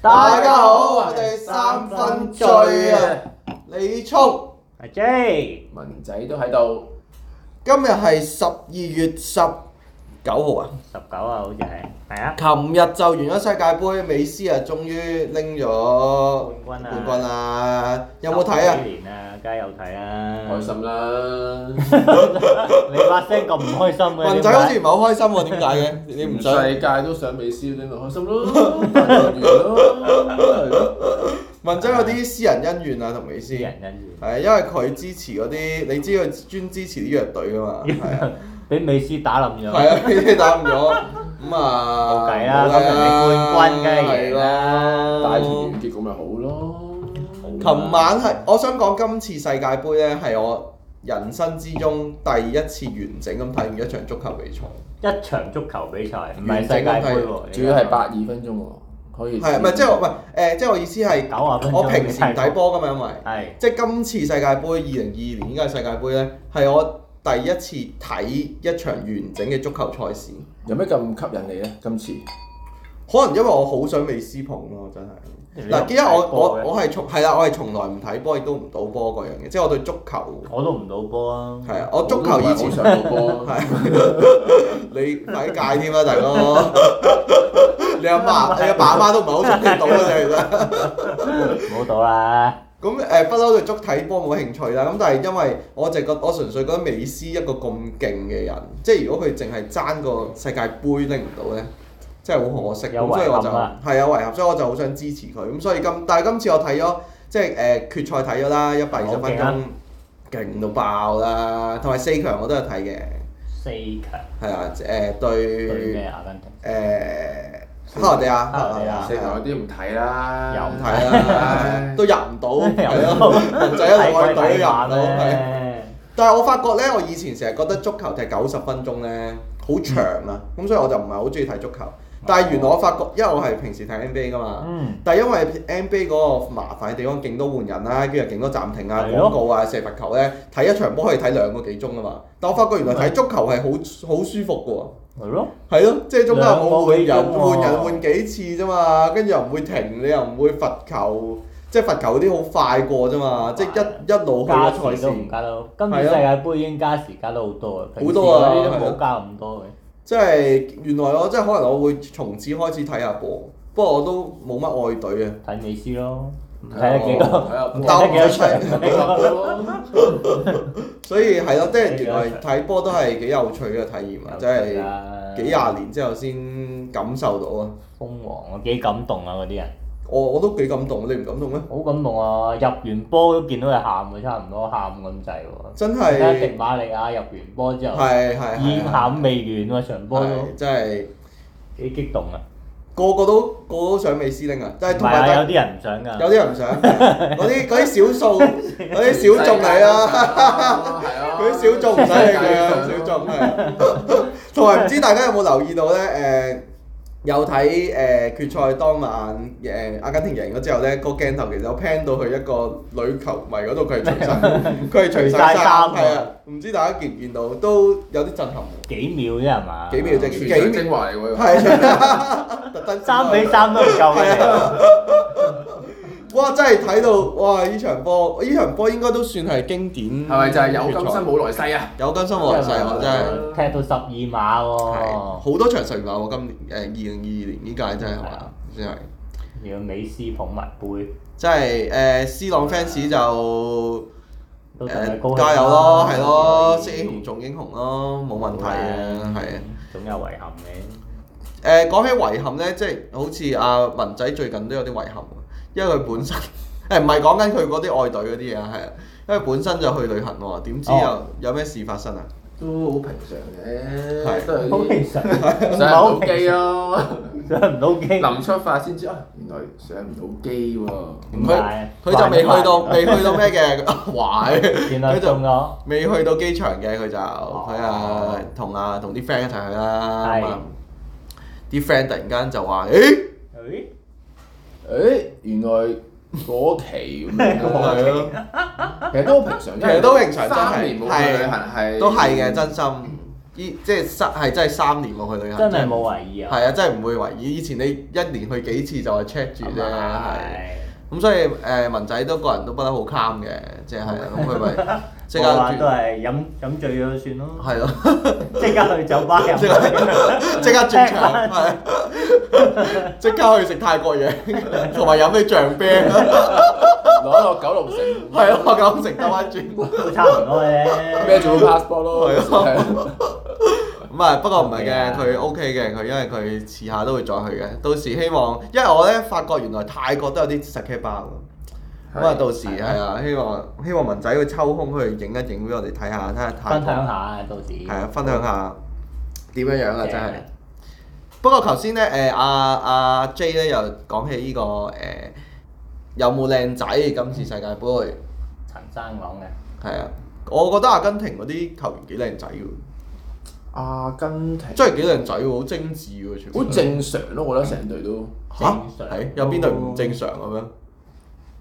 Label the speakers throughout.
Speaker 1: 大家好，我哋三分醉啊！！李聰，
Speaker 2: 阿 J，
Speaker 3: 文仔都喺度，
Speaker 1: 今日係十二月十九號啊！
Speaker 2: 十九啊，好似係，係啊，
Speaker 1: 琴日就完咗世界盃，美斯啊，終於拎咗
Speaker 2: 冠軍啊
Speaker 1: 冠軍啦！有冇睇啊
Speaker 2: 十？幾年啊，梗係有睇啦。
Speaker 3: 開！心啦！
Speaker 2: 你發聲咁唔開心嘅，
Speaker 1: 文仔好似唔係好開心喎，點 解嘅？你唔想？
Speaker 3: 世界都想美斯，你咪開心咯，完咯，
Speaker 1: 文仔有啲私人恩怨啊，同美斯
Speaker 2: 啲。人跟住
Speaker 1: 係因為佢支持嗰啲，你知佢專支持啲弱隊 噶嘛？ 係啊，
Speaker 2: 俾美斯打冧咗。
Speaker 1: 係啊， 俾你打唔咗，咁啊
Speaker 2: 冇計啦咁人哋冠軍梗係贏啦
Speaker 1: Ờ.
Speaker 3: 大團圓結局咪好咯。
Speaker 1: 琴晚係，我想講今次世界盃咧係我人生之中第一次完整咁睇完一場足球比賽。
Speaker 2: 一場足球比賽，唔係世界盃喎。
Speaker 3: 主要係八二分鐘喎，可以
Speaker 1: 係唔係即係我唔係誒？即係我意思係
Speaker 2: 九啊嗯分鐘
Speaker 1: 我平時唔睇波噶嘛，因為
Speaker 2: 係
Speaker 1: 即係今次世界盃二零二二年呢個世界盃咧，係我第一次睇一場完整嘅足球賽事。
Speaker 3: 有咩咁吸引你咧？今次
Speaker 1: 可能因為我好想美斯捧咯，真係。嗱，記得我我我係從係啦，我係從來唔睇波，亦都唔賭波嗰樣嘅，即係我對足球
Speaker 2: 我都唔到波啊。
Speaker 1: 係啊，我足球以前
Speaker 3: 我都唔係好。想賭 波，
Speaker 1: 係，你快啲戒添啊啦，大哥！ 你阿媽、你阿爸阿媽都唔係好想你賭啊，
Speaker 2: 冇到啦。
Speaker 1: 其實。咁誒，不嬲對足睇波冇興趣啦。咁但係因為我就覺，我純粹覺得美斯一個咁勁嘅人，即係如果佢淨係爭個世界盃拎唔到咧，真係好可惜。
Speaker 2: 有
Speaker 1: 咁所以我就
Speaker 2: 遺憾啊
Speaker 1: 係有遺憾，所以我就好想支持佢。咁所以今，但係今次我睇咗即係誒、呃決賽睇咗啦，一百二十分
Speaker 2: 好勁啊
Speaker 1: 鐘，勁到爆啦！同埋四強我都有睇嘅，
Speaker 2: 四強
Speaker 1: 係啊誒、
Speaker 2: 對咩阿根廷？
Speaker 1: 誒呃克羅地亞，克
Speaker 2: 克羅
Speaker 1: 羅
Speaker 2: 地
Speaker 1: 地亞
Speaker 2: 亞
Speaker 3: 四強有啲唔睇啦，
Speaker 2: 又唔
Speaker 1: 唔睇啦，啊 都入唔到，係
Speaker 2: 又
Speaker 1: 咯，唔仔一外隊入唔
Speaker 2: 睇
Speaker 1: 到，
Speaker 2: 鬼睇
Speaker 1: 係。
Speaker 2: 咩？
Speaker 1: 但係我發覺咧，我以前成日覺得足球踢九十分鐘咧好長啊，咁所以我就唔係好中意睇足球。但係原來我發覺，因為我係平時睇 NBA 噶嘛，
Speaker 2: 嗯，
Speaker 1: 但係因為 NBA 嗰個麻煩嘅地方，勁多換人啦，跟住勁多暫停啊、
Speaker 2: 係咯
Speaker 1: 廣告啊、射罰球咧，睇一場波可以睇兩個幾鐘啊嘛。但我發覺原來睇足球係好好舒服嘅喎。
Speaker 2: 係咯。
Speaker 1: 係咯，即係中間又冇換
Speaker 2: 兩
Speaker 1: 人，
Speaker 2: 個啊幾鐘喎
Speaker 1: 換人換幾次啫嘛，跟住又唔會停，你又唔會罰球，即係罰球嗰啲好快過啫嘛，即係一一路去
Speaker 2: 加
Speaker 1: 落賽
Speaker 2: 時都
Speaker 1: 事，
Speaker 2: 唔加到，今次世界盃已經加時加到好多啊，
Speaker 1: 好多啊
Speaker 2: 平時嗰啲都冇加咁多嘅。
Speaker 1: 即係原來我即係可能我會從此開始睇下波，不過我都冇乜愛隊啊，
Speaker 2: 睇美斯咯，唔睇
Speaker 3: 睇
Speaker 2: 得幾多，
Speaker 3: 睇
Speaker 2: 唔
Speaker 1: 但我唔
Speaker 2: 睇得
Speaker 1: 想
Speaker 2: 幾多場。
Speaker 3: 下
Speaker 1: 所以係咯，即係原
Speaker 2: 啊
Speaker 1: 來睇波都係幾有趣嘅體驗啊，真係幾廿年之後先感受到啊！
Speaker 2: 瘋狂啊，幾感動啊嗰啲人，
Speaker 1: 我我都幾感動，你唔感動咩？
Speaker 2: 好感動啊！入完波都見到佢喊啊，差唔多喊咁滯喎。
Speaker 1: 真
Speaker 2: 睇下迪
Speaker 1: 係
Speaker 2: 馬利亞入完波之後，
Speaker 1: 係係係
Speaker 2: 已經
Speaker 1: 係
Speaker 2: 喊未完喎，場波都
Speaker 1: 係真係。
Speaker 2: 幾激動啊！
Speaker 1: 個個都個個都想美斯拎啊！即係
Speaker 2: 唔
Speaker 1: 同
Speaker 2: 係啊，有
Speaker 1: 埋
Speaker 2: 啲人唔想㗎。
Speaker 1: 有啲人唔 想，嗰啲嗰啲少數嗰啲小眾嚟啦，，
Speaker 3: 係啊
Speaker 1: 嗰啲小眾唔使理佢啊，小眾係。同埋唔知大家有冇留意到咧？誒、有睇誒、決賽當晚誒、阿根廷贏咗之後咧，個鏡頭其實有 pan 到去一個女球迷嗰度，佢係除晒， 佢係除晒
Speaker 2: 除晒
Speaker 1: 衫，
Speaker 2: 衫
Speaker 1: 係啊！唔知大家見唔見到都有啲震 撼喎，
Speaker 2: 幾秒啫係嘛？
Speaker 1: 幾秒啫
Speaker 3: 全場精華嚟喎，
Speaker 1: 係啊特登
Speaker 2: 三比三都唔夠嘅。
Speaker 1: 哇！真係睇到哇！呢場波，呢場波應該都算係經典。
Speaker 3: 係咪就係有今生冇來世啊？
Speaker 1: 有今生冇來世喎，真係
Speaker 2: 踢到十二碼
Speaker 1: 係
Speaker 2: 喎，
Speaker 1: 好多場盛鬧喎！今年誒二零二二年呢屆真係係
Speaker 2: 係
Speaker 1: 嘛
Speaker 2: 啊？
Speaker 1: 真係
Speaker 2: 要美斯捧埋杯，
Speaker 1: 真係誒，C 朗 fans 就
Speaker 2: 都同佢高
Speaker 1: 誒
Speaker 2: 興
Speaker 1: 加油咯，係咯，識英雄
Speaker 2: 英
Speaker 1: 重英雄咯，冇問題啊，係啊。，
Speaker 2: 總有遺憾嘅，
Speaker 1: 誒講起遺憾咧，即係好似阿文仔最近都有啲遺憾喎，因為佢本身誒唔係講緊佢嗰啲外隊嗰啲嘢啊，係啊，因為本身就去旅行喎，點知又
Speaker 2: 哦
Speaker 1: 有咩事發生啊？
Speaker 3: 都好平
Speaker 1: 係
Speaker 3: 常嘅，都係
Speaker 2: 好
Speaker 3: 啲
Speaker 2: 平常，唔係
Speaker 3: 上
Speaker 2: 好
Speaker 3: 唔到機咯。
Speaker 2: 上唔到機，
Speaker 3: 臨出發先知啊，原來上唔到機喎。
Speaker 2: 唔係
Speaker 1: 佢就未去到，
Speaker 2: 慣咗
Speaker 1: 未去到咩嘅， 懷
Speaker 2: 原
Speaker 1: 佢
Speaker 2: 來
Speaker 1: 就
Speaker 2: 中咗，
Speaker 1: 未去到機場嘅，佢就佢啊同啊同啲 friend 一齊去啦，
Speaker 2: 係
Speaker 1: 咁啊啲 friend 突然間就話：， 誒
Speaker 2: 誒，
Speaker 3: 誒，原來嗰期咁樣
Speaker 2: 啊
Speaker 1: 係咯，
Speaker 3: 其實都好平常，
Speaker 1: 其實都平常真係
Speaker 3: 三年冇去旅行係
Speaker 1: 都係嘅，真心依即係三係真係三年冇去旅
Speaker 2: 真
Speaker 1: 行，
Speaker 2: 係冇懷疑啊！
Speaker 1: 係啊，真係唔會懷疑。以前你一年去幾次就係 check 住
Speaker 2: 咁
Speaker 1: 啫，
Speaker 2: 啊
Speaker 1: 係。咁所以誒文仔都個人都不得好 calm 嘅，即係咁佢咪即刻
Speaker 2: 我話都
Speaker 1: 轉
Speaker 2: 係飲飲醉咗算咯，
Speaker 1: 係咯，
Speaker 2: 即刻去酒吧飲
Speaker 1: 即。刻即刻轉 場，係 即刻去食泰國嘢，同埋飲啲醬啤，
Speaker 3: 攞落九龍城，
Speaker 1: 係咯，咁食得翻轉。
Speaker 2: 都差唔多嘅
Speaker 3: 咩
Speaker 2: 啫。
Speaker 3: 做 passport 咯，
Speaker 1: 係咯
Speaker 3: 係 啊
Speaker 1: 咁啊，不過唔係
Speaker 2: OK
Speaker 1: 嘅，
Speaker 2: 啊
Speaker 1: 佢 OK 嘅，佢因為佢遲下都會再去嘅。到時希望，因為我咧發覺原來泰國都有啲 sake 包㗎咁啊，
Speaker 3: 係
Speaker 1: 到時
Speaker 2: 係
Speaker 1: 係啊，希望希望文仔會抽空去影一影俾我哋睇下，睇下泰
Speaker 2: 分
Speaker 1: 國
Speaker 2: 享下到時。
Speaker 1: 係啊，分享下點樣樣啊，真係
Speaker 2: 正。
Speaker 1: 不過頭先咧，誒阿阿 J 咧又講起呢個誒有冇靚仔今次世界盃
Speaker 2: 陳生講嘅，
Speaker 1: 係啊，我覺得阿根廷嗰啲球員幾靚仔喎，
Speaker 3: 阿根廷
Speaker 1: 真係幾靚仔喎，好精緻喎，全部
Speaker 3: 好正常咯，我覺得成隊都
Speaker 1: 嚇
Speaker 2: 正常
Speaker 1: 係有邊隊唔正常咁樣？
Speaker 3: 哦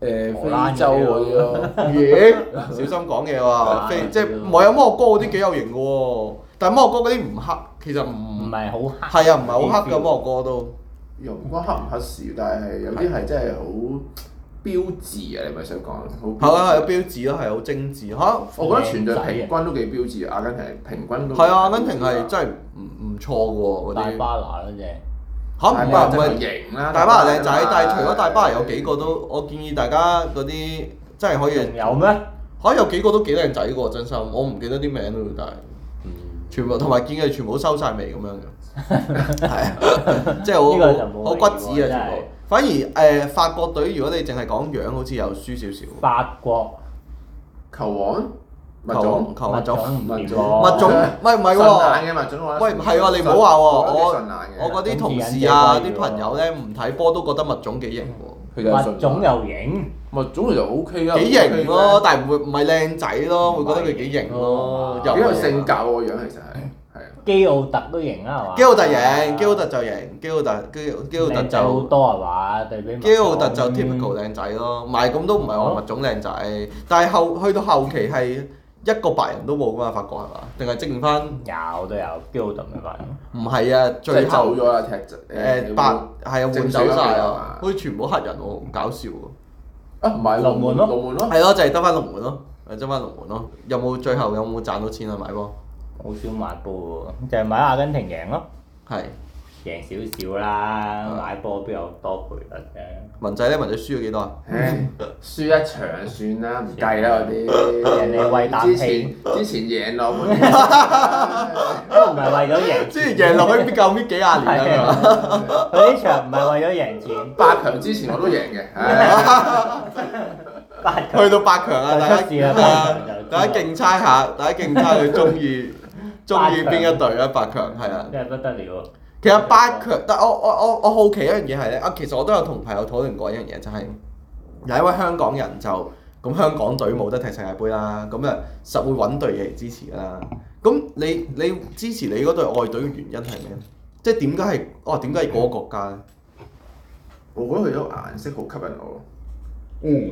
Speaker 3: 誒
Speaker 2: 荷蘭
Speaker 3: 非洲嗰啲咯，
Speaker 1: 嘢 小心講 嘢喎，非即係唔係啊摩洛哥嗰啲幾有型嘅喎，但係摩洛哥嗰啲唔黑，其實
Speaker 2: 唔
Speaker 1: 唔
Speaker 2: 係好黑。
Speaker 1: 係啊，唔係好黑嘅摩洛哥都。
Speaker 3: 又唔關黑唔黑事，但係有啲係真係好標誌啊！你咪想講好標誌
Speaker 1: 係啊，係有標誌咯，係好精緻嚇。
Speaker 3: 我覺得全隊平均都幾標誌，阿根廷平均都
Speaker 1: 係啊，阿根廷係真係唔唔錯嘅喎，
Speaker 2: 大
Speaker 1: 嗰啲
Speaker 2: 巴拿嗰只，
Speaker 1: 嚇唔
Speaker 3: 大
Speaker 1: 係唔
Speaker 3: 巴真係
Speaker 1: 係
Speaker 3: 型啦，
Speaker 1: 大巴黎靚仔，但係除咗大巴黎有幾個都，我建議大家嗰啲真係可以
Speaker 2: 仲有咩？
Speaker 1: 嚇有幾個都幾靚仔嘅喎，真心我唔記得啲名啦，但係
Speaker 2: 嗯，
Speaker 1: 全部同埋見佢全部都收晒眉咁樣 嘅，係啊， 即係
Speaker 2: 呢
Speaker 1: 好
Speaker 2: 個就冇
Speaker 1: 好好骨子
Speaker 2: 意義喎
Speaker 1: 啊
Speaker 2: 真
Speaker 1: 全
Speaker 2: 係
Speaker 1: 部。反而誒法國隊，如果你淨係講樣，好似又輸少少。
Speaker 2: 法國
Speaker 3: 球王物
Speaker 1: 球
Speaker 3: 種
Speaker 1: 球物種
Speaker 2: 唔掂
Speaker 1: 物
Speaker 2: 喎
Speaker 1: 種，
Speaker 3: 哦
Speaker 1: 喂唔係喎。
Speaker 3: 順眼嘅物種，我覺得
Speaker 1: 喂，係喎，你唔
Speaker 3: 順
Speaker 1: 好話
Speaker 3: 我覺
Speaker 1: 喎，
Speaker 3: 得幾順眼嘅
Speaker 1: 我我嗰啲
Speaker 2: 咁
Speaker 1: 同
Speaker 2: 自
Speaker 1: 事
Speaker 2: 引自
Speaker 1: 啊，
Speaker 2: 為喎
Speaker 1: 啲朋友咧唔睇波都覺得物種幾型喎，
Speaker 3: 佢就係順
Speaker 2: 物種又型，
Speaker 3: 物種其實 O K 啊，
Speaker 1: 幾型咯，，但係唔會唔係靚仔咯，會覺得佢幾型咯，
Speaker 2: 唔係
Speaker 1: 又
Speaker 3: 比
Speaker 1: 有
Speaker 3: 較性格喎個樣其實係係啊
Speaker 2: 基奧特都型啦係嘛？
Speaker 1: 基奧特型，基奧特就型，基奧特基基奧特
Speaker 2: 靚仔好
Speaker 1: 就
Speaker 2: 多係嘛？對比
Speaker 1: 基奧特就 typical 靚仔咯，唔係咁都唔係話物種靚仔，但係後去到後期係一個白人都冇噶嘛，法國係嘛？定係剩翻
Speaker 2: 有都有基奧特咪話
Speaker 1: 唔係啊，
Speaker 3: 即係
Speaker 1: 最後
Speaker 3: 走咗啦踢誒
Speaker 1: 誒白係啊換
Speaker 3: 正
Speaker 1: 走晒
Speaker 3: 選嗰邊係
Speaker 1: 啊
Speaker 3: 嘛，
Speaker 1: 好似全部黑人喎，唔搞笑喎。
Speaker 3: 啊唔係
Speaker 2: 龍門咯
Speaker 3: 龍門咯，
Speaker 1: 係咯，就係得翻龍門咯，誒得翻龍門咯。有冇最後有冇賺到錢啊買波？
Speaker 2: 好少買波喎，就係買阿根廷贏咯，
Speaker 1: 係
Speaker 2: 贏少少啦，買波邊有多賠率啫？
Speaker 1: 文仔咧，文仔輸咗幾多啊？
Speaker 3: 唉，輸一場算啦，唔計啦嗰啲。
Speaker 2: 人哋為啖氣
Speaker 3: 之前之前贏落盤，
Speaker 2: 都唔係為咗贏，
Speaker 1: 即係贏落去邊夠呢幾廿年啊啦，係嘛
Speaker 2: 佢呢場唔係為咗贏錢，
Speaker 3: 八強之前我都贏嘅，唉
Speaker 2: 八
Speaker 1: 去
Speaker 2: 強
Speaker 1: 到八強啊，大
Speaker 2: 就出事啦
Speaker 1: 家
Speaker 2: 八強就
Speaker 1: 啊大家競猜下，大家競猜佢中意中意邊一隊啊？八強係啊。
Speaker 2: 真係不得了。
Speaker 1: 其實八強，但我我我我好奇一樣嘢係咧，啊其實我都有同朋友討論過一樣嘢，就係、有一位香港人就咁香港隊冇得踢世界盃啦，咁啊實會揾隊嘢嚟支持㗎啦。咁你你支持你嗰隊外隊嘅原因係咩？即係點解係哦？點解係嗰個國家咧？
Speaker 3: 我覺得佢有顏色好吸引我。
Speaker 2: 嗯，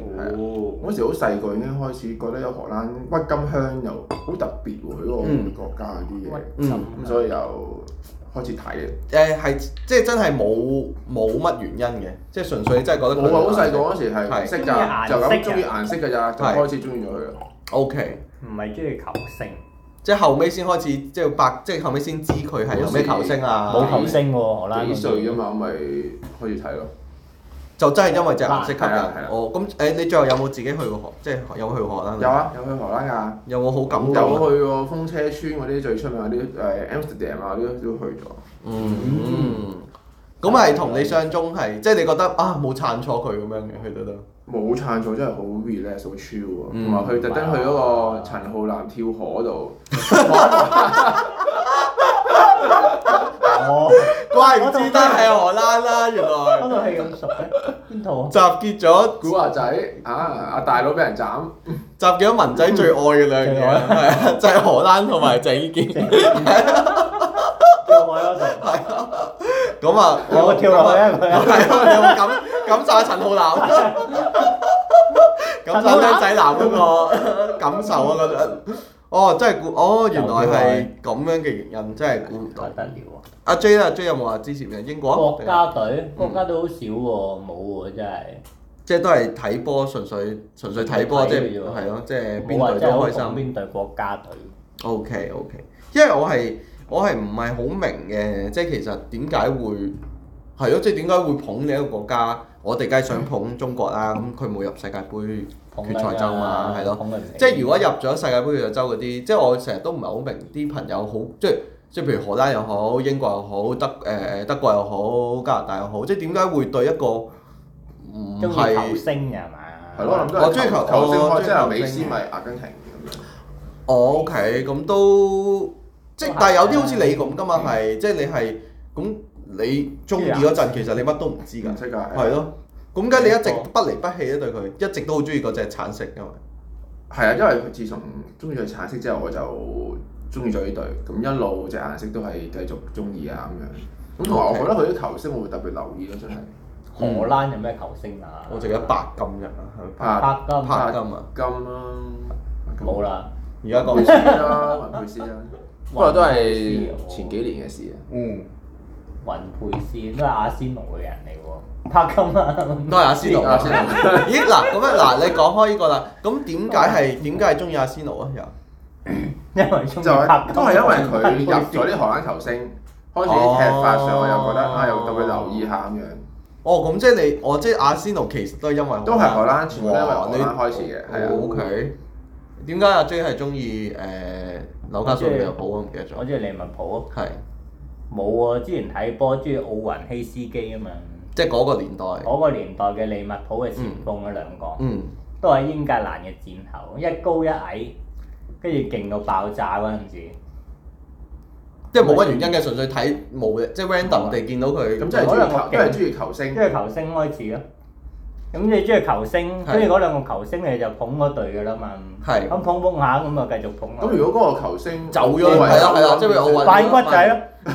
Speaker 3: 嗰時好細個已經開始覺得有荷蘭鬱金香又好特別喎，佢嗰
Speaker 1: 嗯
Speaker 3: 個國家嗰啲嘢，咁
Speaker 2: 嗯，
Speaker 3: 所以又開始睇。
Speaker 1: 誒係即係真係冇冇乜原因嘅，即係純粹真係覺得佢
Speaker 3: 我啊好細個嗰時係
Speaker 1: 係
Speaker 3: 唔識㗎，就
Speaker 2: 中意顏色㗎
Speaker 3: 咁中意顏色㗎咋，就
Speaker 1: 係
Speaker 3: 開始中意咗佢啦。
Speaker 1: O K，
Speaker 2: 唔係中意球星，
Speaker 1: 即係後尾先開始即係白，即係後尾先知佢係有咩球星啊？
Speaker 2: 冇球星喎，荷蘭
Speaker 3: 幾歲啫嘛，咁咪開始睇咯。
Speaker 1: 就真係因為隻顏色吸
Speaker 3: 係啊係
Speaker 1: 引
Speaker 3: 啊
Speaker 1: 哦，咁誒，你最後有冇自己去過荷？即係有冇去過荷蘭？
Speaker 3: 有，啊，有去荷蘭㗎。
Speaker 1: 有冇好感
Speaker 3: 有
Speaker 1: 動啊？
Speaker 3: 去過風車村嗰啲最出名嗰啲誒 Amsterdam 啊，嗰啲都去咗。
Speaker 1: 嗯，咁係同你相中係，即係你覺得啊冇撐錯佢咁樣嘅，去 到都
Speaker 3: 冇撐咗真係好 relax 好 chill 啊！
Speaker 1: 嗯
Speaker 3: 同埋佢特登去嗰個陳浩南跳河嗰度，
Speaker 2: 哦，
Speaker 1: 怪唔之得係啊荷蘭啦，原來
Speaker 2: 嗰度係咁熟嘅，邊套啊？
Speaker 1: 集結咗
Speaker 3: 古惑仔啊阿大佬俾人斬，
Speaker 1: 集結咗文仔最愛嘅兩樣
Speaker 2: 最
Speaker 1: 嘢，係啊，就係荷蘭同埋鄭伊健。
Speaker 2: 跳海嗰度，
Speaker 1: 咁啊，
Speaker 2: 有冇跳落去啊？
Speaker 1: 係
Speaker 2: 佢
Speaker 1: 啊，你有冇感感受下陳浩南？感受僆仔男嗰個感受啊，覺得哦，真係估，哦，原來
Speaker 2: 有啊
Speaker 1: 係
Speaker 2: 嘅
Speaker 1: 咁樣嘅原因，真係估唔
Speaker 2: 太
Speaker 1: 到。
Speaker 2: 得了喎！
Speaker 1: 阿 J 咧，阿 J 有冇話支持咩英國啊？
Speaker 2: 國
Speaker 1: 定係
Speaker 2: 家隊，國家隊好少喎，冇喎真係，
Speaker 1: 即係都係睇波，純粹純粹睇波，
Speaker 2: 睇
Speaker 1: 即係
Speaker 2: 嘅啫喎
Speaker 1: 係咯，即係
Speaker 2: 冇話
Speaker 1: 邊隊
Speaker 2: 真係
Speaker 1: 都
Speaker 2: 好
Speaker 1: 開
Speaker 2: 講
Speaker 1: 心。
Speaker 2: 邊隊國家隊。
Speaker 1: O K O K，因為我係我係唔係好明嘅，即係其實點解會係咯？即係點解會捧你一個國家？我哋梗係想捧中國啦，咁佢冇入世界盃
Speaker 2: 捧
Speaker 1: 決賽周嘛，
Speaker 2: 緊㗎
Speaker 1: 係咯。
Speaker 2: 捧緊你
Speaker 1: 即係如果入咗世界盃決賽周嗰啲，即係我成日都唔係好明啲朋友好，即係即係譬如荷蘭又好、英國又好、德誒、呃、德國又好、加拿大又好，即係點解會對一個唔
Speaker 2: 中意球
Speaker 1: 係？
Speaker 2: 星係嘛？
Speaker 3: 係咯，我諗都
Speaker 1: 我
Speaker 3: 係
Speaker 1: 追求
Speaker 3: 球球星
Speaker 1: 我
Speaker 3: 開，
Speaker 1: 追
Speaker 3: 即係
Speaker 1: 求
Speaker 3: 美斯
Speaker 1: 星
Speaker 3: 咪阿根廷咁樣。
Speaker 1: 哦，OK，咁都即係
Speaker 2: 都係，
Speaker 1: 但係有啲好似你咁噶嘛，係即係你係咁你中意嗰陣，其實你乜都唔知㗎
Speaker 3: 唔，識㗎，
Speaker 1: 嗯係咯。咁梗係你一直不離不棄啊咧對佢，一直都好中意嗰隻橙色㗎嘛。
Speaker 3: 係啊，因為佢自從中意咗橙色之後，我就中意咗呢隊，咁一路隻顏色都係繼續中意啊咁樣。咁同埋我
Speaker 1: OK
Speaker 3: 覺得佢啲球星我會特別留意咯，真係。
Speaker 2: 荷蘭有咩球星啊？
Speaker 1: 我仲有白金㗎，係咪白
Speaker 3: 啊
Speaker 2: 白金
Speaker 1: 拍金啊
Speaker 3: 金啦，
Speaker 2: 冇啦，
Speaker 1: 而家
Speaker 3: 佩
Speaker 1: 講，
Speaker 3: 斯啦，雲佩斯啦，不過都係前幾年嘅事啊。
Speaker 1: 嗯，
Speaker 2: 雲佩斯都係阿仙奴嘅人嚟喎，柏金啊，
Speaker 1: 都係阿仙奴
Speaker 3: 阿
Speaker 1: 啊。
Speaker 3: 仙奴
Speaker 1: 咦嗱咁樣啊嗱，你講開呢個啦，咁點解係點解係中意阿仙奴啊？又
Speaker 2: 因為中意
Speaker 3: 就
Speaker 2: 柏
Speaker 3: 係
Speaker 2: 金
Speaker 3: 都係因為佢入咗啲荷蘭球星，開始啲踢法上，我又覺得啊，又特別留意下咁樣。
Speaker 1: 哦，咁即係你，哦，即係阿仙奴其實都係因為
Speaker 3: 都係荷蘭全部都係荷蘭
Speaker 1: 哇
Speaker 3: 開始嘅
Speaker 1: 你
Speaker 3: 係啊
Speaker 1: O K。點解阿 J 係中意誒紐卡素利物浦啊？唔記得
Speaker 2: 我
Speaker 1: 咗。
Speaker 2: 中意利物浦，啊
Speaker 1: 係，
Speaker 2: 冇啊！之前睇波中意奧雲希斯基啊嘛，
Speaker 1: 即係嗰個年代。
Speaker 2: 嗰個年代嘅利物浦嘅前鋒嗰兩個，
Speaker 1: 嗯，
Speaker 2: 都係英格蘭嘅箭頭，一高一矮，跟住勁到爆炸嗰陣時。
Speaker 1: 即係冇乜原因嘅，純粹睇冇嘅，即係 random 地見到佢。
Speaker 3: 咁即係中意球，都係中意球星
Speaker 2: 即。係球星開始咯。咁你中意球星，
Speaker 1: 係
Speaker 2: 跟住嗰兩個球星你就捧嗰隊噶啦嘛。
Speaker 1: 係
Speaker 2: 咁捧捧下，咁啊繼續捧
Speaker 3: 咁
Speaker 2: 咯。
Speaker 3: 如果嗰個球星哦
Speaker 1: 走咗啦係啦係啦即係譬如奧運
Speaker 2: 扮骨仔咯，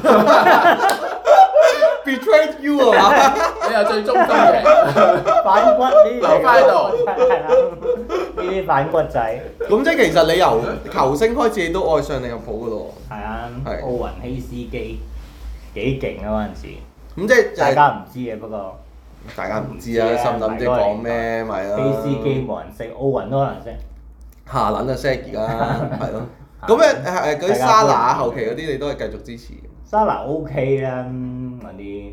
Speaker 1: betray you 啊嘛。
Speaker 3: 你又哎最中心嘅，
Speaker 2: 扮骨呢啲
Speaker 3: 留返喺度
Speaker 2: 係啦呢啲扮骨仔
Speaker 1: 咁即係其實你由球星開始，你都愛上利物浦嘅咯
Speaker 2: 係啊，
Speaker 1: 係
Speaker 2: 奧雲希斯基幾勁啊嗰陣時，
Speaker 1: 喎。咁即係
Speaker 2: 大
Speaker 1: 就係啊
Speaker 2: 家唔知嘅不過，
Speaker 1: 大家唔知啊，心諗即係講咩咪啦。
Speaker 2: 希斯基冇人識，奧雲都可能識。
Speaker 1: 下撚啊 s a g g 啦，係咯。咁咧誒誒嗰啲沙拿後期嗰啲，你都係繼續支持嘅。
Speaker 2: 沙拿 OK 啦，嗰啲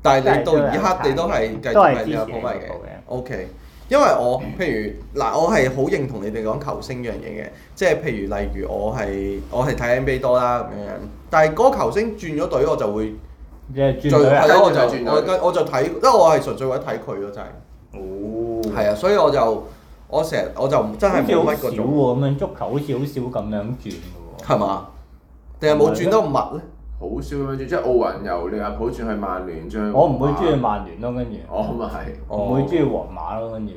Speaker 1: 但係你到而家你都係繼續係利
Speaker 2: 都係支持
Speaker 1: 物浦迷嘅
Speaker 2: 利物浦嘅。
Speaker 1: O K，因為我譬如嗱，我係好認同你哋講球星呢樣嘢嘅，即係譬如例如我係我係睇 NBA 多啦咁樣樣，但係嗰個球星轉咗隊，我就會
Speaker 2: 即係
Speaker 1: 最
Speaker 2: 轉隊啊
Speaker 1: 係！咯，我就
Speaker 3: 跟住就轉隊
Speaker 1: 我跟我就睇，因為我係純粹為咗睇佢咯，真係
Speaker 2: 哦
Speaker 1: 係啊，所以我就我成日我就真係
Speaker 2: 好似好
Speaker 1: 冇乜
Speaker 2: 少
Speaker 1: 嗰
Speaker 2: 喎，
Speaker 1: 種
Speaker 2: 咁樣足球好似好少咁樣轉嘅喎。
Speaker 1: 係嘛？定係冇轉得咁密咧？
Speaker 3: 好少咁樣轉，即係奧運由利物浦轉去曼聯，轉去
Speaker 2: 我唔會
Speaker 3: 皇馬
Speaker 2: 中意，曼聯咯，跟住
Speaker 3: 我哦咪 係。
Speaker 1: 哦
Speaker 2: 唔會中意皇馬咯，跟住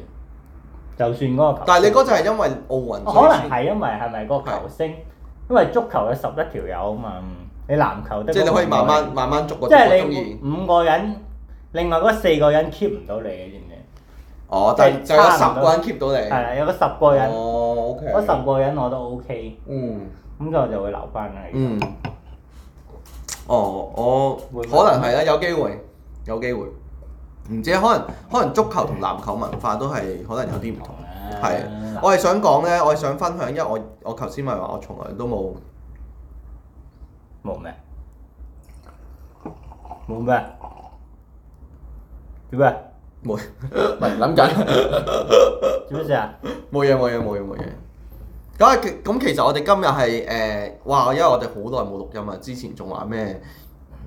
Speaker 2: 就算嗰個球星，
Speaker 1: 但係你嗰陣係因為奧運，
Speaker 2: 啊哦可能係因為係咪個球星？因為足球有十一條友啊嘛，你籃球得
Speaker 1: 即係你可以慢慢
Speaker 2: 五
Speaker 1: 慢慢逐
Speaker 2: 個
Speaker 1: 個
Speaker 2: 人，
Speaker 1: 逐
Speaker 2: 即
Speaker 1: 個中
Speaker 2: 係
Speaker 1: 意。
Speaker 2: 你五個人，另外嗰四個人 keep 唔到你嘅，知唔知？
Speaker 1: 哦，但係
Speaker 2: 即
Speaker 1: 就
Speaker 2: 係
Speaker 1: 有
Speaker 2: 差唔
Speaker 1: 十
Speaker 2: 多
Speaker 1: 個人 keep 到你。
Speaker 2: 係啦，有個十個人，
Speaker 1: 哦，OK。
Speaker 2: 嗰十個人我都 OK，
Speaker 1: 嗯
Speaker 2: 咁就就會留翻嚟。
Speaker 1: 嗯。哦，我
Speaker 2: 會唔會
Speaker 1: 可能係啦，有機會，有機會。唔知可能可能足球同籃球文化都係可能有啲唔同。係啊
Speaker 2: 係
Speaker 1: 我係想講咧，我係想分享，因為我我頭先咪話我從來都冇
Speaker 2: 冇咩？冇咩？做咩？
Speaker 1: 冇
Speaker 3: 唔係諗緊，
Speaker 2: 做咩事啊？
Speaker 1: 冇嘢冇嘢冇嘢冇嘢。咁啊其咁其實我哋今日係誒，哇！因為我哋好耐冇錄音啊，之前仲話咩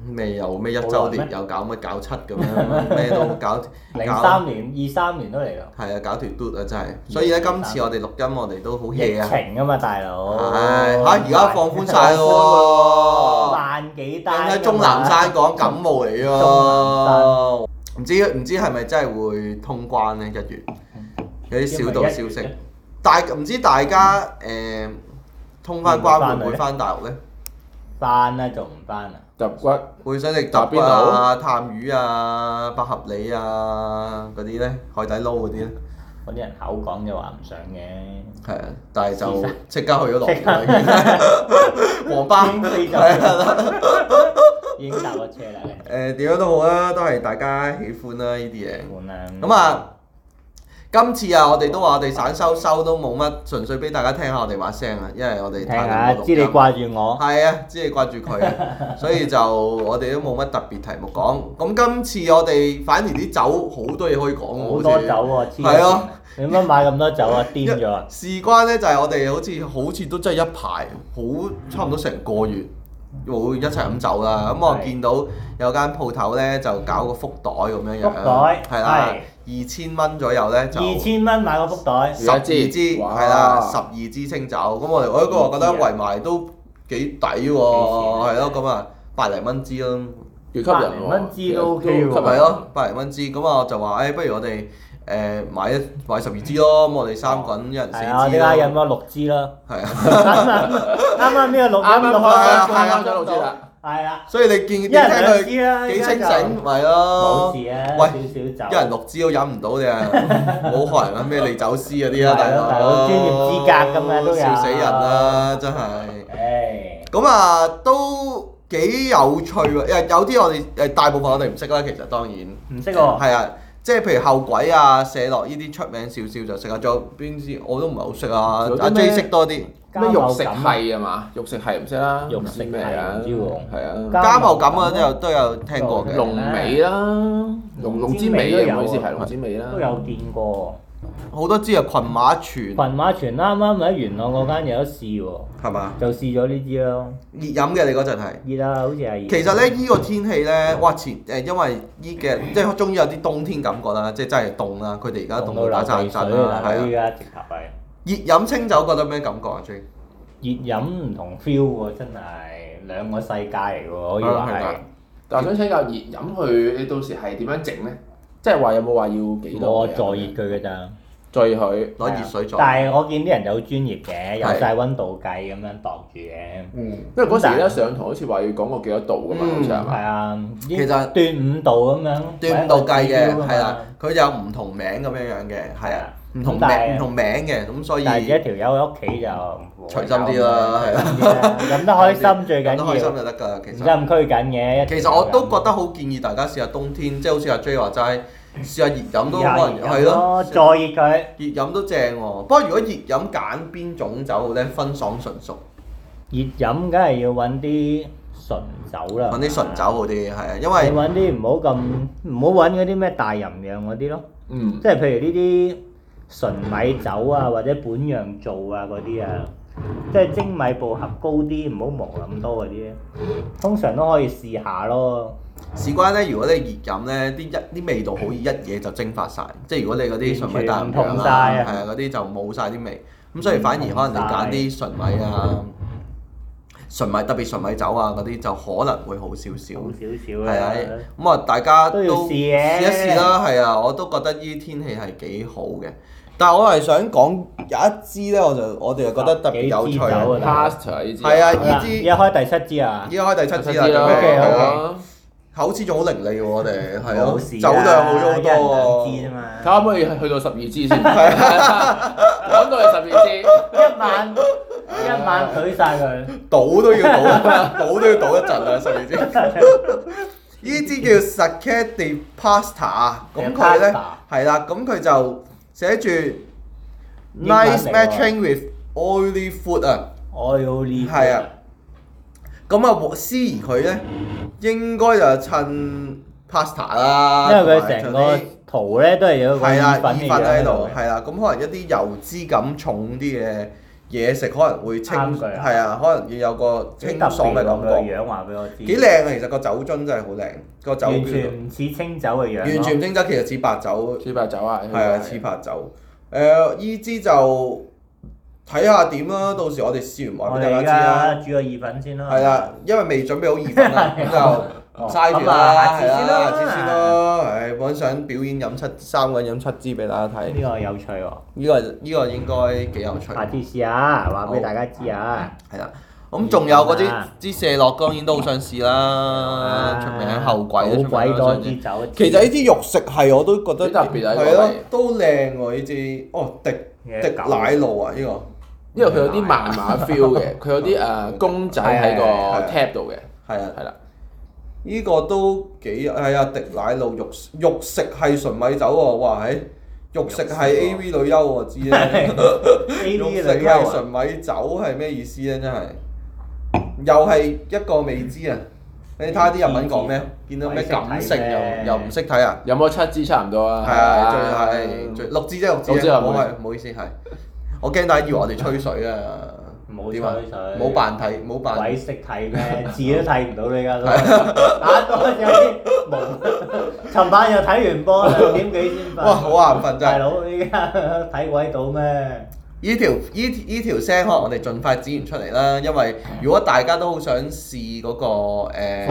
Speaker 1: 咩又咩一週年
Speaker 2: 好耐咩
Speaker 1: 又搞乜搞七咁樣，咩都 搞
Speaker 2: 零
Speaker 1: 搞
Speaker 2: 三年、二三年都嚟啦，
Speaker 1: 係啊，搞條嘟啊真係。所以咧，今次我哋錄音我哋都好
Speaker 2: 疫
Speaker 1: hea 啊，
Speaker 2: 情啊嘛，大佬。
Speaker 1: 係嚇而家放寬晒咯喎。
Speaker 2: 萬幾單㗎嘛。
Speaker 1: 喺鍾南山講感冒嚟咯，唔知唔知係咪真係會通關呢？一月有啲小道消
Speaker 2: 因為一
Speaker 1: 息
Speaker 2: 月，
Speaker 1: 大唔知大家誒通翻關會唔會翻大陸呢？
Speaker 2: 翻啦，仲唔翻啊？
Speaker 3: 揼骨
Speaker 1: 會想食揼骨啊、探魚啊、百合梨啊嗰啲呢，海底撈嗰啲呢？
Speaker 2: 嗰啲人口講就話唔想嘅。
Speaker 1: 係啊，但係就
Speaker 2: 黐線
Speaker 1: 即 刻去咗落場啦， 已經黃
Speaker 2: 已
Speaker 1: 巴。
Speaker 2: 經飛咗，已經搭咗車啦，
Speaker 1: 誒點樣都好啦，都係大家喜歡啦呢啲嘢。
Speaker 2: 換啦。
Speaker 1: 咁啊，今次啊，我哋都話我哋散收收都冇乜，純粹俾大家聽下我哋把聲啊，因為我哋
Speaker 2: 聽
Speaker 1: 太
Speaker 2: 下，
Speaker 1: 耐冇錄
Speaker 2: 知你
Speaker 1: 音
Speaker 2: 掛住我，
Speaker 1: 係啊，只係掛住 佢啊，所以就我哋都冇乜特別題目講。咁今次我哋反而啲酒好多嘢可以講喎，
Speaker 2: 好
Speaker 1: 好
Speaker 2: 多
Speaker 1: 似
Speaker 2: 酒喎，黐
Speaker 1: 係啊
Speaker 2: 線！你乜買咁多酒啊？癲咗啊！
Speaker 1: 事關咧就係我哋好似好似都真係一排，好差唔多成個月冇一齊飲酒啦。咁我
Speaker 2: 係
Speaker 1: 見到有間鋪頭咧就搞個福袋咁樣樣，
Speaker 2: 福袋
Speaker 1: 啊係
Speaker 2: 係，
Speaker 1: 啦二千蚊左右咧就
Speaker 2: 二千蚊買個福袋，
Speaker 1: 十二支，
Speaker 3: 哇
Speaker 1: 係啦，十二支清酒。咁我哋我一個覺得圍埋都幾抵喎，係
Speaker 2: 啊
Speaker 1: 咯咁啊，百零蚊支啦。
Speaker 3: 要吸
Speaker 2: 百
Speaker 3: 人
Speaker 2: 零
Speaker 3: 喎，
Speaker 2: 蚊支都 OK 喎
Speaker 3: 吸引
Speaker 1: 係咯，百零蚊支咁啊，我就話誒，不如我哋誒買一買十二支咯，咁我哋三個人一人四
Speaker 2: 係啊，
Speaker 1: 支
Speaker 2: 你家飲
Speaker 1: 咯，
Speaker 2: 咗六支啦，
Speaker 1: 係啊。
Speaker 2: 啱啱啱啱呢個六
Speaker 3: 啱啱
Speaker 2: 六
Speaker 1: 係啊
Speaker 2: 啊，
Speaker 1: 係啊
Speaker 3: 啱啱咗六支啦，
Speaker 2: 係啦，
Speaker 1: 所以你見你
Speaker 2: 一
Speaker 1: 聽
Speaker 2: 人兩
Speaker 1: 佢幾
Speaker 2: 支啦，
Speaker 1: 清
Speaker 2: 依家就
Speaker 1: 醒，
Speaker 2: 冇
Speaker 1: 咪咯。
Speaker 2: 事啊，
Speaker 1: 喂
Speaker 2: 少少
Speaker 1: 一
Speaker 2: 酒，
Speaker 1: 人六支都飲唔到 你啊！冇害人啊，咩利酒師嗰啲啊，
Speaker 2: 係
Speaker 1: 大
Speaker 2: 咯
Speaker 1: 佬，
Speaker 2: 大佬專業資格㗎嘛都有
Speaker 1: 笑死人啦，真係。
Speaker 2: 誒，
Speaker 1: 咁啊，都幾有趣喎！誒有啲我哋誒大部分我哋唔識啦，其實當然
Speaker 2: 唔識喎，
Speaker 1: 係啊，即係譬如後鬼啊、射落呢啲出名少少就識啊，仲有邊啲我都唔係好識啊
Speaker 3: 仲有，啲
Speaker 1: 阿
Speaker 3: 咩
Speaker 1: J 識多啲。
Speaker 3: 咩肉食
Speaker 2: 加茂
Speaker 3: 係啊嘛？肉食係唔識啦，
Speaker 2: 肉食係
Speaker 3: 咩啊
Speaker 2: 唔知喎
Speaker 3: 係啊。
Speaker 2: 加
Speaker 1: 家茂感
Speaker 2: 茂
Speaker 1: 啊，
Speaker 2: 錦
Speaker 1: 都有都有聽過
Speaker 2: 嘅
Speaker 1: 嘅。
Speaker 3: 龍尾啦，龍龍之尾啊，唔好意思，
Speaker 2: 龍之尾都有啊
Speaker 3: 係龍之尾啦。
Speaker 2: 錦都有見過。
Speaker 1: 好多支啊，群馬泉
Speaker 2: 群馬泉啱啱喺元朗嗰間有得試喎，
Speaker 1: 係嘛？
Speaker 2: 就試咗呢支咯，
Speaker 1: 熱飲嘅你嗰陣係。
Speaker 2: 熱啊，好似係熱。
Speaker 1: 其實咧，依、個天氣咧，哇前誒，因為依嘅即係終於有啲冬天感覺啦，即係真係凍啦。佢哋而家
Speaker 2: 凍到
Speaker 1: 凍到打
Speaker 2: 流
Speaker 1: 晒
Speaker 2: 鼻
Speaker 1: 震
Speaker 2: 水
Speaker 1: 啦
Speaker 2: 啊，！大佬依
Speaker 1: 係啊，
Speaker 2: 家直頭係
Speaker 1: 熱飲清酒覺得咩感覺啊？J
Speaker 2: 熱飲唔同 feel 喎，真係兩個世界嚟嘅喎，可以話
Speaker 1: 啊係啊
Speaker 2: 係。
Speaker 3: 但係想請教熱飲佢，你到時係點樣整咧？即係話有冇話要幾多
Speaker 2: 我
Speaker 3: 嘅？
Speaker 2: 助啊熱佢嘅咋，
Speaker 3: 助熱佢。
Speaker 1: 攞熱水做。
Speaker 2: 但係我啊見啲人就好專業嘅，有
Speaker 1: 係
Speaker 2: 晒温度計咁樣度住嘅。
Speaker 1: 嗯，
Speaker 3: 因為嗰時咧上堂好似話要講過幾多度㗎嘛，好似係嘛？
Speaker 2: 係啊，
Speaker 1: 其實
Speaker 2: 端五度咁樣，
Speaker 1: 端午度計嘅
Speaker 2: 為一個指標㗎嘛嗯
Speaker 1: 係啦，，佢有唔同名咁樣樣嘅，係啊，唔同
Speaker 2: 咁但係
Speaker 1: 名唔同名嘅，咁所以
Speaker 2: 但係自己條友喺屋企就
Speaker 1: 隨心啲啦係啦
Speaker 2: 隨心啲啦飲得開心最緊
Speaker 1: 飲得開心
Speaker 2: 要。
Speaker 1: 就得㗎。其
Speaker 2: 唔使
Speaker 1: 實
Speaker 2: 咁拘謹嘅。一定
Speaker 1: 其實我都覺
Speaker 2: 有
Speaker 1: 得好建議大家試下冬天，即係好似阿 J 話齋，試下熱飲
Speaker 2: 咁
Speaker 1: 都可能
Speaker 2: 廿
Speaker 1: 係
Speaker 2: 二
Speaker 1: 咯。
Speaker 2: 再熱佢
Speaker 1: 熱飲都正喎，不過如果熱飲揀邊種酒好咧，分爽純熟，
Speaker 2: 熱飲，梗係要揾啲純酒啦。
Speaker 1: 揾啲純酒好啲，係啊，因
Speaker 2: 係
Speaker 1: 為
Speaker 2: 嘛。你揾啲唔好咁唔好揾嗰啲咩大吟釀嗰啲咯，
Speaker 3: 嗯
Speaker 2: 即。係譬如呢啲純米酒啊，或者本釀造啊嗰啲啊，即係精米步合高啲，唔好磨咁多嗰啲，通常都可以試下咯。
Speaker 1: 事關咧，如果你熱飲咧，啲一啲味道好易一嘢就蒸發晒。即係如果你嗰啲純米大
Speaker 2: 完
Speaker 1: 吟
Speaker 2: 全唔
Speaker 1: 釀
Speaker 2: 同
Speaker 1: 啦，
Speaker 2: 晒啊嗯
Speaker 1: 係啊嗰啲就冇晒啲味，咁所以反而可能你揀啲純米啊、純米特別純米酒啊嗰啲就可能會好少少
Speaker 2: 好。少少
Speaker 1: 係
Speaker 2: 啊，，
Speaker 1: 啊咁啊大家
Speaker 2: 都要
Speaker 1: 都
Speaker 2: 試嘅
Speaker 1: 試一試啦，係啊，我都覺得呢啲天氣係幾好嘅。但係我係想講有一支咧，我就我哋就覺得特別有
Speaker 2: 幾支
Speaker 1: 趣
Speaker 3: 嗯
Speaker 2: 酒啊
Speaker 3: Pastor 呢支
Speaker 1: 係啊
Speaker 2: 好啦
Speaker 1: 呢支
Speaker 2: 一開第七支啊
Speaker 1: 依，家開第七支啦，
Speaker 3: 七支啦
Speaker 1: 咁樣
Speaker 2: ，OK，
Speaker 1: 係啊
Speaker 2: OK
Speaker 3: 好啊
Speaker 1: 口齒仲好伶俐喎，我哋 係啊，
Speaker 2: 冇事啊
Speaker 1: 酒量好咗好
Speaker 2: dạ,
Speaker 1: 多
Speaker 2: 一人兩支啊。
Speaker 1: 喎
Speaker 2: 嘛
Speaker 3: 睇。下可唔可以去到十二支先？啊講到係十二啊
Speaker 2: 一晚一晚懟晒佢，
Speaker 1: 賭都要賭， 賭都要賭一陣啊！十二支， 呢支叫 Sake de Pasta，咁佢咧
Speaker 2: Pasta
Speaker 1: 係啦，咁佢就寫住
Speaker 2: 英文嚟
Speaker 1: Nice
Speaker 2: 喎
Speaker 1: matching with oily food 啊，
Speaker 2: 我要呢個
Speaker 1: 係啊，咁啊思怡佢咧應該就係襯 pasta 啦，
Speaker 2: 因為佢成
Speaker 1: 同埋
Speaker 2: 個
Speaker 1: 襯啲
Speaker 2: 圖咧都係有個
Speaker 1: 係
Speaker 2: 意
Speaker 1: 啦，
Speaker 2: 粉嘅
Speaker 1: 意粉
Speaker 2: 樣
Speaker 1: 喺度，係啦，咁可能一啲油脂感重啲嘅嘢食可能會清，
Speaker 2: 啱佢啊
Speaker 1: 係啊，可能要有個清爽嘅感覺。
Speaker 2: 樣話俾我知，
Speaker 1: 幾靚啊！其實個酒樽真係好靚，個酒
Speaker 2: 完
Speaker 1: 標
Speaker 2: 全唔似清酒嘅樣咯，
Speaker 1: 完全唔清酒，其實似白酒
Speaker 3: 支，支白酒啊，
Speaker 1: 係啊，似白酒。誒，依支就睇下點啦，到時我哋試完
Speaker 2: 我
Speaker 1: 話俾
Speaker 2: 哋
Speaker 1: 大
Speaker 2: 而
Speaker 1: 家
Speaker 2: 家
Speaker 1: 知啦。
Speaker 2: 煮個意粉先啦，
Speaker 1: 係啦，，因為未準備好意粉 啊，咁就嘥住
Speaker 2: 咁
Speaker 1: 啦，
Speaker 2: 啊下次
Speaker 1: 係啦，
Speaker 2: 先啦
Speaker 1: 下次先咯。唉，本想表演飲七三個人飲七支俾大家睇。
Speaker 2: 呢個有趣喎，
Speaker 1: 呢個呢個應該幾有趣，
Speaker 2: 下次試下，話俾大家知啊，
Speaker 1: 係啦。咁仲有嗰啲
Speaker 2: 啊
Speaker 1: 支射落，當然都好想試啦，啊出名後鬼都
Speaker 2: 好
Speaker 1: 出名啊
Speaker 2: 鬼
Speaker 1: 啦
Speaker 2: 多
Speaker 1: 上
Speaker 2: 支
Speaker 1: 年
Speaker 2: 酒。
Speaker 1: 其實呢支肉食係我都覺得
Speaker 3: 幾特別啊呢個
Speaker 1: 係咯
Speaker 3: 係，
Speaker 1: 都靚喎呢支。哦，迪
Speaker 2: 嘢
Speaker 1: 迪
Speaker 2: 狗
Speaker 1: 奶露啊，呢個
Speaker 3: 因為佢有啲漫畫 feel 嘅，佢有啲誒公仔喺個
Speaker 1: 係係係
Speaker 3: tab 度嘅，
Speaker 1: 係啊，
Speaker 3: 係啦，
Speaker 1: 呢個都幾係啊，迪奶露肉肉食係純米酒喎，哇係！肉食係 A V 女優喎，知啊啦。
Speaker 2: A V 女優
Speaker 1: 肉食係
Speaker 2: 啊
Speaker 1: 純米酒係咩意思咧？真係又係一個未知啊！你睇下啲日文講咩？見到咩感性又又唔識睇啊！
Speaker 3: 有冇七支差唔多啊？
Speaker 1: 係啊，最係最六支啫，六支
Speaker 3: 六支
Speaker 1: 啫，
Speaker 3: 啊
Speaker 1: 我
Speaker 3: 唔好意
Speaker 1: 係
Speaker 3: 思
Speaker 1: 唔好意思係，我驚大家以為我哋吹水啊！
Speaker 2: 冇
Speaker 1: 點啊
Speaker 2: 吹水
Speaker 1: 冇扮睇，冇扮
Speaker 2: 鬼識睇咩？字都睇唔到你㗎，
Speaker 1: 啊
Speaker 2: 打多有啲冇。尋晚又睇完 波，兩點幾先瞓。
Speaker 1: 哇！好眼瞓真
Speaker 2: 大
Speaker 1: 係。
Speaker 2: 佬依家 睇鬼到咩？
Speaker 1: 呢條依依條聲可能我哋盡快剪完出嚟啦，因為如果大家都好想試嗰個誒
Speaker 3: 福袋
Speaker 2: 誒，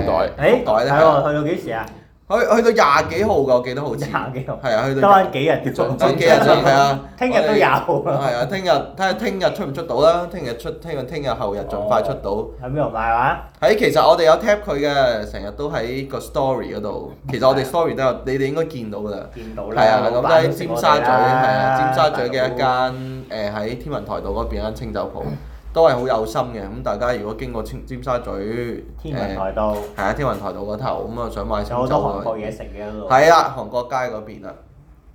Speaker 1: 福袋咧
Speaker 2: 係，喎，去到幾時啊？
Speaker 1: 去去到廿幾號㗎，我記得好似
Speaker 2: 廿幾號
Speaker 1: 係啊，去
Speaker 2: 得
Speaker 1: 到
Speaker 2: 翻幾日嘅啫，
Speaker 1: 盡盡幾日啫，係啊，
Speaker 2: 聽日都有啊。
Speaker 1: 係啊，聽日睇下聽日出唔出到啦，聽日出聽日聽日後日盡快出到。
Speaker 2: 喺邊度買話？
Speaker 1: 喺其實我哋有 tap 佢嘅，成日都喺個 story 嗰度。其實我哋 story 都有，你哋應該見到噶啦。
Speaker 2: 見到嗯啦。
Speaker 1: 係啊，咁
Speaker 2: 老
Speaker 1: 都
Speaker 2: 闆
Speaker 1: 喺
Speaker 2: 都識
Speaker 1: 尖
Speaker 2: 我
Speaker 1: 沙
Speaker 2: 哋
Speaker 1: 咀，係
Speaker 2: 啦
Speaker 1: 啊，尖沙咀嘅一間
Speaker 2: 大佬
Speaker 1: 誒喺天文台道嗰邊一間清酒
Speaker 2: 嗯
Speaker 1: 鋪，都係好有心嘅。咁大家如果經過尖尖沙咀，
Speaker 2: 天文
Speaker 1: 誒
Speaker 2: 台度，
Speaker 1: 係啊，天文台道嗰頭咁啊，想買
Speaker 2: 有
Speaker 1: 清
Speaker 2: 好
Speaker 1: 酒
Speaker 2: 多韓國
Speaker 1: 啊
Speaker 2: 嘢食嘅嗰度。
Speaker 1: 係啦，韓國街嗰邊啊啦。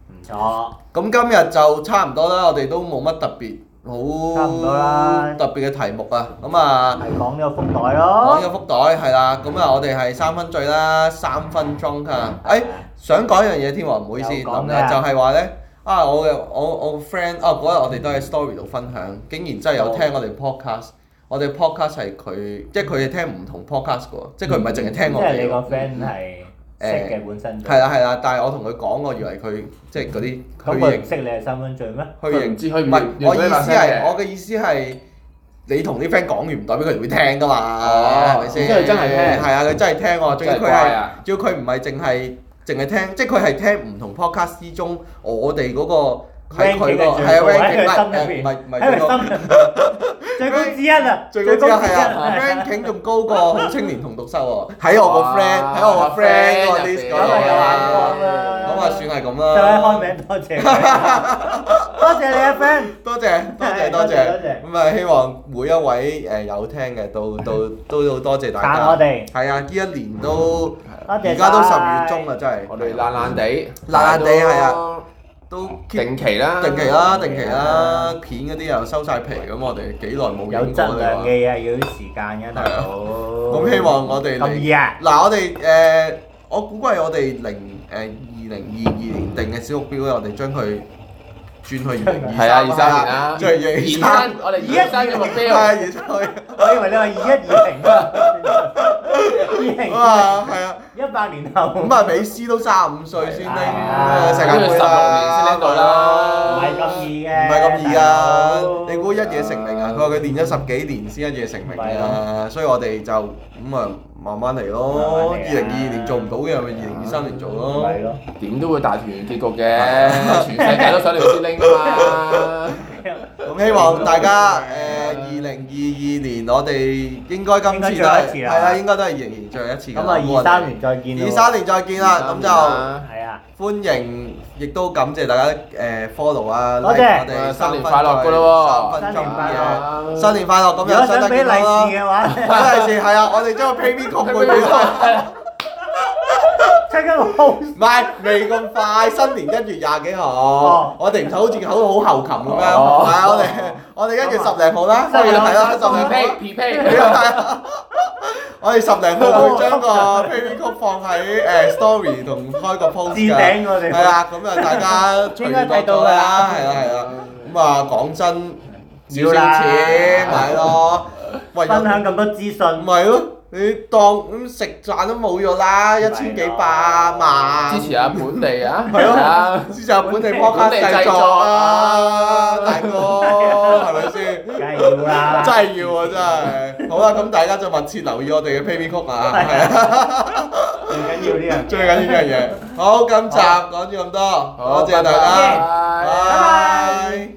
Speaker 2: 唔錯，
Speaker 1: 咁今日就差唔多啦，我哋都冇乜特別好
Speaker 2: 差唔多啦
Speaker 1: 特別嘅題目啊。咁啊，
Speaker 2: 係講呢個福袋
Speaker 1: 講
Speaker 2: 咯。
Speaker 1: 咗福袋係啦，咁啊，我哋係三分醉啦，三分 drunk 啊。誒，想講一樣嘢添喎，唔好意思，
Speaker 2: 有講
Speaker 1: 林
Speaker 2: 咩啊
Speaker 1: 啊，就係話咧。啊！我嘅我我個 friend 啊，嗰日我哋都喺 story 度分享，竟然真係有聽我哋 podcast。我哋 podcast 係佢，即係佢係聽唔同 podcast 嘅喎，即係佢唔係淨係
Speaker 2: 嗯即
Speaker 1: 聽我
Speaker 2: 係
Speaker 1: 哋
Speaker 2: 你個
Speaker 1: 喎。
Speaker 2: friend 係識嘅本身就。
Speaker 1: 係啦係啦，但係我同佢講，我以為佢即係嗰啲
Speaker 2: 咁
Speaker 1: 虛
Speaker 2: 佢唔
Speaker 1: 形
Speaker 2: 識你係三分醉咩？
Speaker 1: 虛形
Speaker 3: 佢唔知佢唔
Speaker 1: 唔係，
Speaker 3: 認
Speaker 1: 我
Speaker 3: 佢
Speaker 1: 意
Speaker 3: 呢把
Speaker 1: 思
Speaker 3: 聲
Speaker 1: 係，
Speaker 3: 嘅
Speaker 1: 我嘅意思係，你同啲 friend 講完，唔代表佢哋會聽噶嘛，係
Speaker 3: 哦
Speaker 1: 咪先？
Speaker 3: 即係真係聽
Speaker 1: 係啊，佢真係聽喎。仲要
Speaker 3: 真係
Speaker 1: 佢
Speaker 3: 乖
Speaker 1: 係
Speaker 3: 啊，
Speaker 1: 仲要佢唔係淨係淨係聽，即係佢係聽唔同 podcast 之中，我哋嗰個係
Speaker 2: Ranking
Speaker 1: 佢個
Speaker 2: 係最
Speaker 1: 係
Speaker 2: 高喺佢
Speaker 1: 啊
Speaker 2: 心
Speaker 1: ranking
Speaker 2: 入
Speaker 1: 唔
Speaker 2: 邊
Speaker 1: 係唔係
Speaker 2: 喺佢
Speaker 1: 最
Speaker 2: 心入
Speaker 1: 高
Speaker 2: 最高之一啊！
Speaker 1: 最高之一
Speaker 2: 之
Speaker 1: 係
Speaker 2: 一
Speaker 1: 啊 ，ranking 仲高過好青年同讀收喎，喺我個
Speaker 3: 哇
Speaker 1: friend 喺我
Speaker 3: 啊
Speaker 1: 個 friend 個 list 嗰
Speaker 2: 咁咪
Speaker 1: 度
Speaker 2: 有眼
Speaker 1: 啊
Speaker 2: 光啦
Speaker 1: 咁啊算係咁
Speaker 2: 各位
Speaker 1: 啦。
Speaker 2: 開名多謝佢，多謝你啊 friend。
Speaker 1: 多謝多謝
Speaker 2: 係
Speaker 1: 多
Speaker 2: 多謝多
Speaker 1: 謝，
Speaker 2: 謝
Speaker 1: 咁啊希望每一位誒有聽嘅都都都好多謝大
Speaker 2: 撐
Speaker 1: 家。
Speaker 2: 嗯我哋嗯
Speaker 1: 係啊，呢一年都
Speaker 2: 多謝
Speaker 1: 而家都十
Speaker 2: 晒
Speaker 1: 月中啊啦，真係。
Speaker 3: 我哋爛爛地，
Speaker 1: 爛爛地係啊，都 keep
Speaker 3: 定期啦，
Speaker 1: 定期啦，定期啦，片嗰啲又收晒皮咁，我哋幾耐冇
Speaker 2: 有
Speaker 1: 影過
Speaker 2: 質量
Speaker 1: 啦
Speaker 2: 嘅。嘢要啲時間嘅，大佬。
Speaker 1: 咁希望我哋嚟
Speaker 2: 咁易啊！
Speaker 1: 嗱，我哋誒，我估計我哋零誒二零二二年定嘅小目標咧，我哋將佢轉去二零
Speaker 3: 係啊，
Speaker 1: 二
Speaker 3: 二
Speaker 1: 三
Speaker 3: 三年啦，
Speaker 1: 即係
Speaker 3: 二
Speaker 1: 二三
Speaker 3: 三，我哋二三嘅目
Speaker 1: 係
Speaker 3: 標
Speaker 1: 啊，。二三。
Speaker 2: 我以為你話二一二
Speaker 1: 啊，係啊，
Speaker 2: 零，二零一八年後。
Speaker 1: 咁啊，美斯都三十五歲先拎
Speaker 2: 啊
Speaker 1: 呃世界盃啦，
Speaker 3: 十六年先拎到
Speaker 2: 唔
Speaker 3: 啦
Speaker 2: 係咁易嘅
Speaker 1: 唔係咁易
Speaker 2: 大
Speaker 1: 啊
Speaker 2: 佬！
Speaker 1: 你估一夜成名啊？佢話佢練咗十幾年先一夜成名
Speaker 2: 係
Speaker 1: 啊，所以我哋就咁啊，慢慢嚟咯。
Speaker 2: 慢慢嚟
Speaker 1: 二
Speaker 2: 啊
Speaker 1: 零二二年做唔到嘅，咪二零二三年做咯。
Speaker 2: 咪咯，
Speaker 3: 點都會大團圓結局嘅，全世界都想你先拎嘛。
Speaker 1: 咁希望大家誒二零二二年我哋應該今
Speaker 2: 應該最後一
Speaker 1: 次都係
Speaker 2: 次啦
Speaker 1: 係啦，應該都係二零二二最後一次㗎
Speaker 2: 咁
Speaker 1: 啦。
Speaker 2: 啊二三年再見咯。
Speaker 1: 二三年再見啦，咁就。
Speaker 2: 係啊，
Speaker 1: 歡迎，亦都感謝大家誒 follow 啊！
Speaker 2: 多謝
Speaker 1: like 我哋
Speaker 3: 咁啊新年
Speaker 1: 三分
Speaker 3: 快樂
Speaker 1: 醉
Speaker 3: 㗎咯喎
Speaker 1: 三分
Speaker 2: 新
Speaker 1: 鐘
Speaker 2: 年快
Speaker 1: 嘅
Speaker 3: 樂
Speaker 1: 新年
Speaker 2: 如果
Speaker 1: 快樂！咁又
Speaker 2: 想
Speaker 1: 身
Speaker 2: 俾
Speaker 1: 體
Speaker 2: 利
Speaker 1: 健康啦，
Speaker 2: 是嘅話，
Speaker 1: 俾利是係啊！我哋將個 PayMe 擴配俾佢，
Speaker 2: 出緊個好
Speaker 1: 唔係未咁快，新年一月廿幾號
Speaker 2: 哦，
Speaker 1: 我哋唔使好似口好後琴咁樣，
Speaker 3: 哦
Speaker 1: 係啊！我哋我哋一月十零號啦，
Speaker 2: 新
Speaker 1: 係
Speaker 2: 年
Speaker 1: 啦，係啦，啊十
Speaker 3: 皮
Speaker 1: 零號
Speaker 3: 皮皮皮，
Speaker 1: 我哋十零號會將個 PayMe 曲放喺誒 story 同開個 post
Speaker 2: 置
Speaker 1: 㗎，
Speaker 2: 頂我哋。
Speaker 1: 係啊！咁啊，大家隨
Speaker 2: 應該
Speaker 1: 緣
Speaker 2: 睇到
Speaker 1: 多
Speaker 2: 㗎
Speaker 1: 咗啦，係啦，係啦。咁啊，講真，少
Speaker 2: 要
Speaker 1: 少
Speaker 2: 啦
Speaker 1: 錢買咯，喂，
Speaker 2: 分
Speaker 1: 又
Speaker 2: 享咁多資
Speaker 1: 唔
Speaker 2: 訊，
Speaker 1: 係咯？你當咁食飯都冇咗啦，一千幾百萬，
Speaker 3: 支持下本地啊，
Speaker 1: 係咯
Speaker 3: 啊，
Speaker 1: 支持下本地 podcast
Speaker 3: 本地
Speaker 1: 製
Speaker 3: 製
Speaker 1: 作
Speaker 3: 作
Speaker 1: 啊，
Speaker 3: 啊
Speaker 1: 大哥，係咪先？
Speaker 2: 梗係要啦。
Speaker 1: 真係要啊！真係，好啦，咁大家就密切留意我哋嘅 PayMe 曲啊，係啊，
Speaker 2: 最緊要呢樣。
Speaker 1: 最緊要呢樣嘢。好，今集講咗咁多，
Speaker 3: 好
Speaker 1: 多謝大
Speaker 3: 拜
Speaker 1: 家，
Speaker 2: 拜
Speaker 3: 拜
Speaker 1: 拜。